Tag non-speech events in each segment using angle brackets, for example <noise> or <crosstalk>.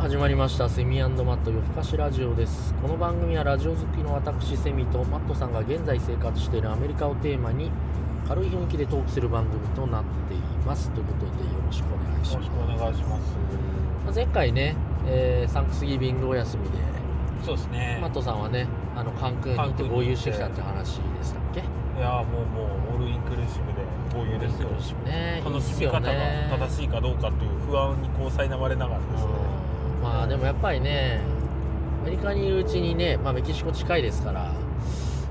始まりましたセミマット夜更かしラジオですこの番組はラジオ好きの私セミとマットさんが現在生活しているアメリカをテーマに軽い雰囲気でトークする番組となっていますということでよろしくお願いしまよろすしくお願いします。まあ前回ね、えーサンクスギビングお休みでそうですね。マットさんはねあの関空に行って豪遊してきたって話でしたっけいやーもうもうオールインクルーシブでこういうですよ。ね楽しみ方が正しいかどうかという不安にこう苛まれながらですね。うんまあでもやっぱりねアメリカにいるうちにね、まあ、メキシコ近いですから、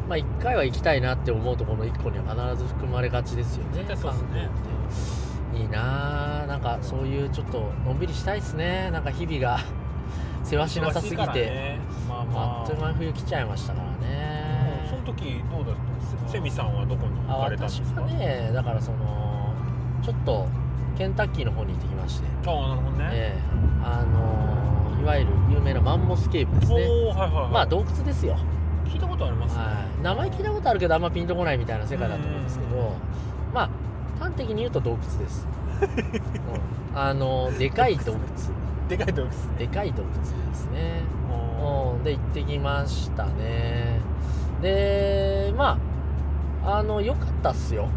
まあ、1回は行きたいなって思うところの1個には必ず含まれがちですよね絶対そうっすね韓国っていいなあなんかそういうちょっとのんびりしたいですねなんか日々が世話しなさすぎ忙しいからて、ね、まあまあ。あっという間に冬来ちゃいましたからもうそのね時どうだったの？セミさんはどこに行かれたんです私か？はねだからそのちょっとケンタッキーの方に行ってきましてああなるほどね。ええあのーいわゆる有名なマンモスケーブですねおおはいはいはい。まあ洞窟ですよ、聞いたことありますね。はい、名前聞いたことあるけどあんまピンとこないみたいな世界だと思うんですけうんどまあ端的に言うと洞窟です、 <laughs> うんあのでかい洞窟でかい洞窟。でかい洞窟ですねもうんで行ってきましたねでまああの良かったっすよ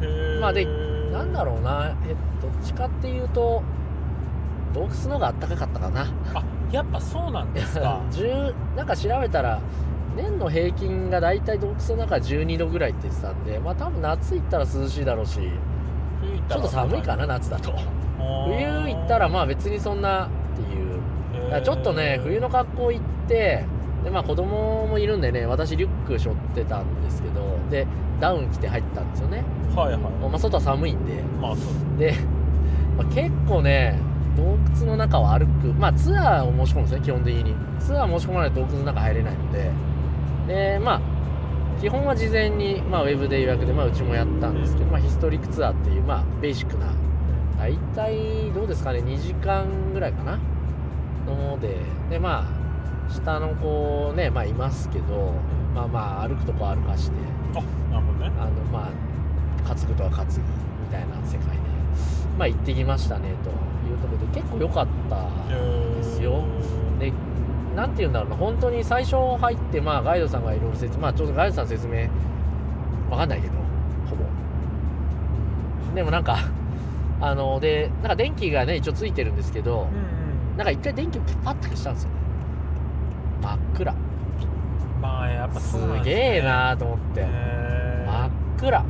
うへーまあでなんだろうなえどっちかっていうと洞窟の方があったかかったかなあやっぱそうなんで <laughs> すか。 10なんか調べたら年の平均が大体洞窟の中12度ぐらいって言ってたんでまあ多分夏行ったら涼しいだろうし冬行っちたょっらと寒いかな夏だと冬行ったらまあ別にそんなっていうだからちょっとね冬の格好行ってでまあ子供もいるんでね私リュック背負ってたんですけどでダウン着て入ったんですよね、はいはいまあ、外は寒いんでまあそうで、まあ、結構ね洞窟の中を歩くまあツアーを申し込むんですね基本的にツアー申し込まないと洞窟の中入れないのででまあ基本は事前に、まあ、ウェブで予約で、まあ、うちもやったんですけど、まあ、ヒストリックツアーっていう、まあ、ベーシックな大体どうですかね2時間ぐらいかなのものででまあ下の子ねまあいますけどまあまあ歩くとこ歩かしてあなるほどねあのまあ担ぐとは担ぎみたいな世界でまあ行ってきましたねというところで結構良かったですよで何て言うんだろうな本当に最初入ってまあガイドさんがいろいろ説明まあちょっとガイドさんの説明わかんないけどほぼでもなんか <laughs> あのでなんか電気がね一応ついてるんですけどうんうんなんか一回電気をパッと消したんですよね真っ暗まあやっぱすそうなんですげねえなと思って、へ真っー暗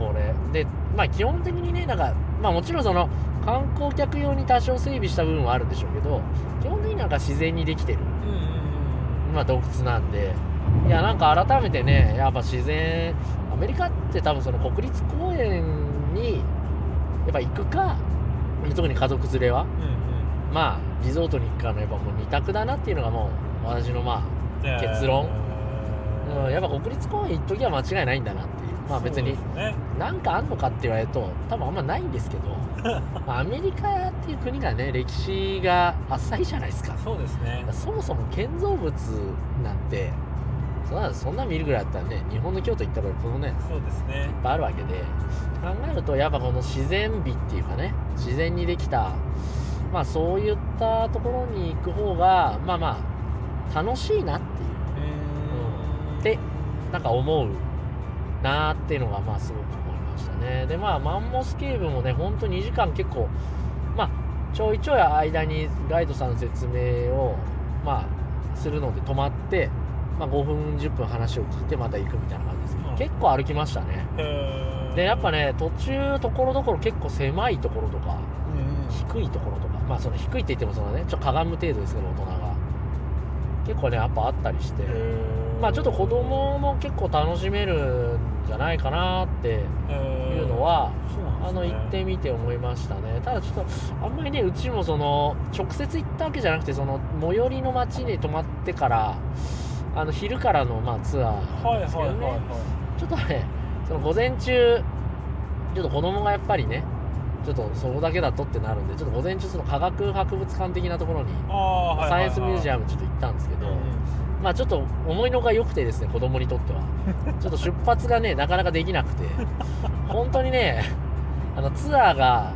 これでまあ基本的にねなんかまあもちろんその観光客用に多少整備した部分はあるんでしょうけど基本的になんか自然にできてるうんうんまあ洞窟なんでいやなんか改めてねやっぱ自然アメリカって多分その国立公園にやっぱ行くか特に家族連れはうんうんまあリゾートに行くかのやっぱもう二択だなっていうのがもう私のまうんへー結論あ、うん、やっぱ国立公園行っときは間違いないんだなっていうまあ別にそうですねなんかあんのかって言われると多分あんまないんですけどまあアメリカっていう国がね歴史が浅いじゃないですかそうですねそもそも建造物なんてそんなそんな見るぐらいだったらね日本の京都行ったらこのねいっそうですねぱいあるわけで考えるとやっぱこの自然美っていうかね自然にできたまあそういったところに行く方がまあまあ楽しいなっていううんってなんか思うなーっていうのがまあすごく思いましたねでまあマンモスケーブもねほんと2時間結構まあちょいちょい間にガイドさんの説明をまあするので止まって、まあ、5分10分話を聞いてまた行くみたいな感じですけど、うん結構歩きましたねへーでやっぱね途中ところどころ結構狭いところとかうんうん低いところとかまあその低いって言ってもそのねちょっとかがむ程度ですけど大人が結構ねやっぱあったりして、へーまあちょっと子供も結構楽しめるんじゃないかなってへーいうのは、そうなんですあのね行ってみて思いましたねただちょっとあんまりねうちもその直接行ったわけじゃなくてその最寄りの町に泊まってからあの昼からのまあツアーはいなんはでいすけはどいね、はちょっとねその午前中ちょっと子供がやっぱりねちょっとそこだけだとってなるんでちょっと午前中その科学博物館的なところにいあーはいサイエンスミュージアアムちょっと行ったんですけど、うまあちょっと思いのが良くてですね子供にとってはちょっと出発がねなかなかできなくて本当にねあのツアーが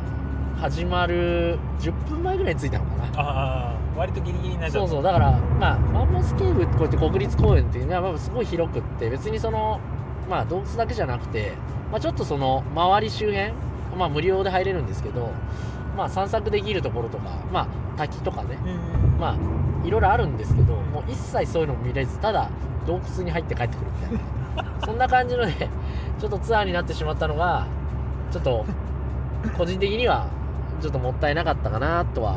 始まる10分前ぐらいに着いたのかなああ割とギリギリになっちゃそうったそうだからまあマンモスケーブこうやって国立公園っていうのは、まあ、すごい広くって別にそのまあ洞窟だけじゃなくて、まあ、ちょっとその周り周辺まあ無料で入れるんですけどまあ散策できるところとかまあ滝とかねうんまあいろいろあるんですけどもう一切そういうのも見れずただ洞窟に入って帰ってくるみたい <laughs> なそんな感じのねちょっとツアーになってしまったのがちょっと個人的にはちょっともったいなかったかなとは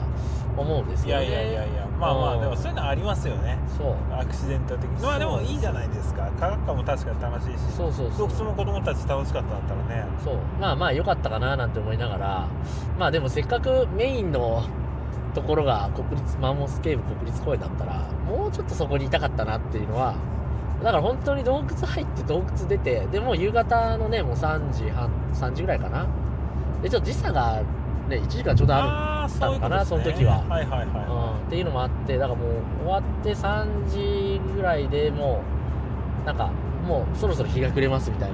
思うんですいよやねいやいやいやまあまうあんでもそういうのありますよねそうアクシデント的にまあでもいいじゃないですか科学館も確かに楽しいしそうそうそ洞う窟も子供たち楽しかったんだったらねそうまあまあ良かったかななんて思いながらまあでもせっかくメインの <laughs> ところが国立マンモスケーブ国立公園だったらもうちょっとそこにいたかったなっていうのはだから本当に洞窟入って洞窟出てでもう夕方のねもう3時半3時ぐらいかなでちょっと時差がね1時間ちょうどあるああーあそういうことです、ね、そういうことですねその時はいはいはうい、んっていうのもあってだからもう終わって3時ぐらいでもうなんかもうそろそろ日が暮れますみたい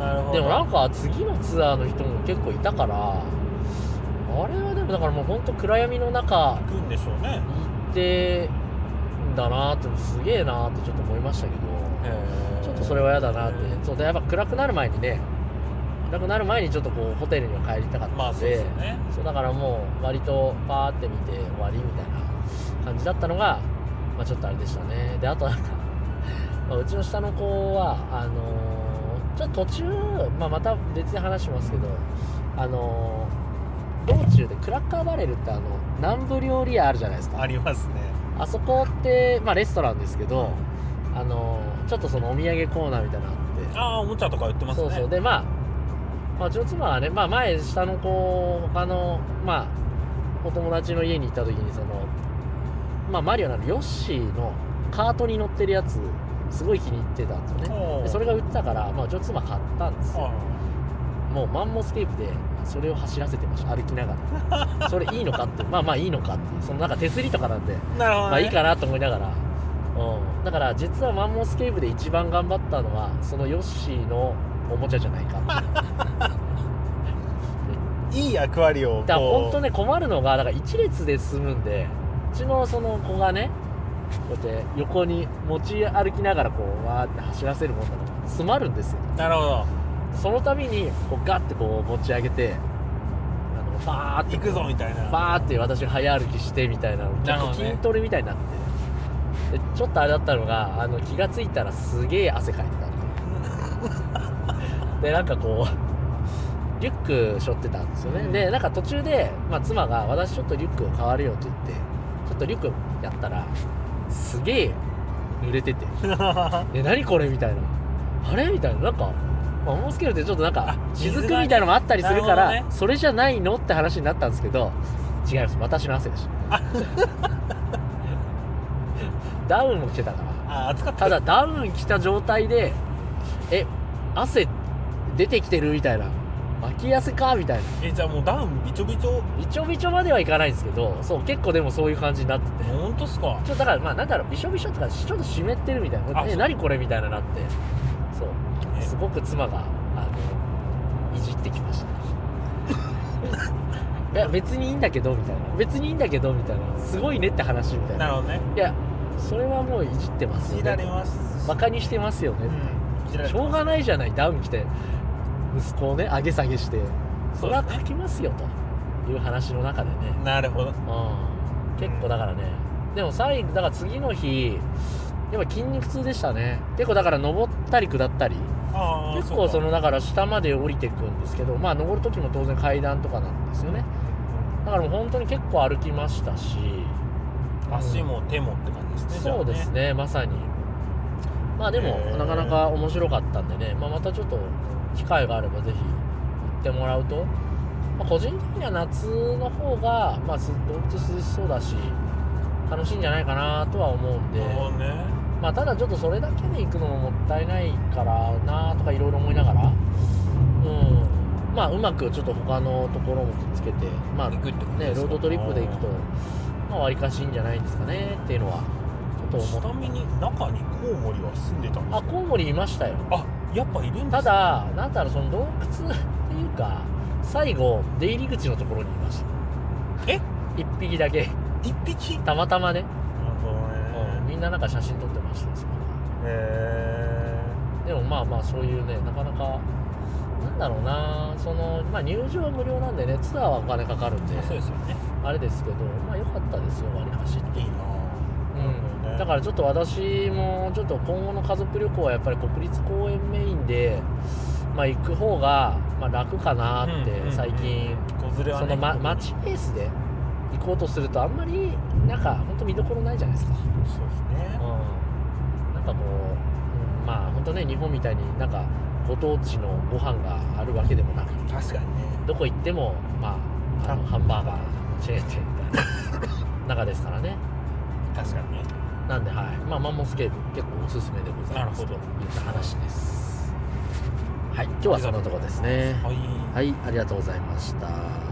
ななるほどでもなんか次のツアーの人も結構いたからあれはでもだからもうほんと暗闇の中行くんでしょうね行ってんだなってすげえなってちょっと思いましたけどちょっとそれは嫌だなってそうでやっぱ暗くなる前にね暗くなる前にちょっとこうホテルには帰りたかまったあんそうで,、ですよねそうだからもう割とパーって見て終わりみたいな感じだったのが、まあ、ちょっとあれでしたねであとなんか、 <laughs> まあうちの下の子はあのーちょっと途中、まあ、また別に話しますけどあのー道中でクラッカーバレルってあの南部料理屋あるじゃないですかありますねあそこって、まあ、レストランですけどあのーちょっとそのお土産コーナーみたいなのあってああおもちゃとか売ってますねそうそうでまあ、まあ、うちの妻はね、まあ、前下の子他のまあお友達の家に行った時にそのまあマリオなのヨッシーのカートに乗ってるやつすごい気に入ってたんですよねおーでそれが売ってたから、まあ、うちの妻買ったんですよあもうマンモスケープでそれを走らせてました歩きなが <laughs> らそれいいのかってまあまあいいのかっていうそのなんか手すりとかなんでーなるほど、ね、まあいいかなと思いながら、うん、だから実はマンモスケーブで一番頑張ったのはそのヨッシーのおもちゃじゃないかっていういい役割をこうだから本当ね困るのがだから一列で進むんでうちのその子がねこうやって横に持ち歩きながらこうわーって走らせるもんだから詰まるんですよなるほどその度にこうガッてこう持ち上げてあのバーって行くぞみたいなバーって私が早歩きしてみたいなのな結るほど構ね筋トレみたいになって、でちょっとあれだったのがあの気がついたらすげえ汗かいてたっていうでなんかこうリュック背負ってたんですよね、でなんか途中で、まあ、妻が「私ちょっとリュックを変わるよ」って言ってちょっとリュックやったらすげえ濡れてて「え何これ?」みたいな「あれ?」みたいななんかまあモンスケールってちょっとなんかあ雫み水がねたいなのもあったりするかなるらほどねそれじゃないのって話になったんですけど違います私の汗でしたダウンも着てたから <laughs> あ暑かったただダウン着た状態でえ汗出てきてるみたいな巻き汗かみたいなえじゃあもうダウンびちょびちょびちょびちょまではいかないんですけどそう結構でもそういう感じになってて本当っすかちょっとだからまあなんだろうびしょびしょとかちょっと湿ってるみたいなあえそう何これみたいななってそうねすごく妻があのいじってきま <laughs> したいや別にいいんだけどみたいな別にいいんだけどみたいなすごいねって話みたいななるほどねいやそれはもういじってますいよじられねますバカにしてますようね、んいじられしょうがないじゃないダウン着て息子をね上げ下げしてそそうですねれは書きますよという話の中でねなるほどうん結構だからねでも最後だから次の日やっぱ筋肉痛でしたね結構だから登ったり下ったりああ結構そうかのだから下まで降りていくんですけどまあ登る時も当然階段とかなんですよねだからもう本当に結構歩きましたし足も手もって感じですねじゃあそうですねまさにまあでもへーなかなか面白かったんでね、まあ、またちょっと機会があればぜひ行ってもらうと、まあ、個人的には夏の方がまあす洞窟涼しそうだし楽しいんじゃないかなとは思うんで、なるほどねまあ、ただちょっとそれだけで行くのももったいないからなとかいろいろ思いながらうんまあうまくちょっと他のところもくっつけてまあ行くってことね、ですロかードトリップで行くと、まあ、割かしいいんじゃないんですかねっていうのは、ちょっとち思っなみに中にコウモリは住んでたんであ、すかコウモリいましたよ。あやっぱいるんですねただなんだろうその洞窟っていうか最後出入り口のところにいましたえ一匹だけ一匹たまたまね、なるほどねみんななんか写真撮ってましたそこえでもまあまあそういうねなかなかなんだろうなその、まあ、入場無料なんでねツアーはお金かかるんでー、そうですよねあれですけどまあ良かったですよ割り走っていいなうん、だからちょっと私もちょっと今後の家族旅行はやっぱり国立公園メインで、まあ、行く方がまあ楽かなっうんうんうてん最近、子連れはそねの、ま、街ベースで行こうとするとあんまりなんか本当見どころないじゃないですか、そうですねうん、なんかこう、うんまあ本当ね日本みたいになんかご当地のご飯があるわけでもなく確かにねどこ行ってもまああのあハンバーガーのチェーン店みたいな中ですからね確かにねなんで、はい、まあ、マンモスケーブ、結構おすすめでございます。なとるほいった話です。はい、今日はそんなところですね。はいはい、ありがとうございました。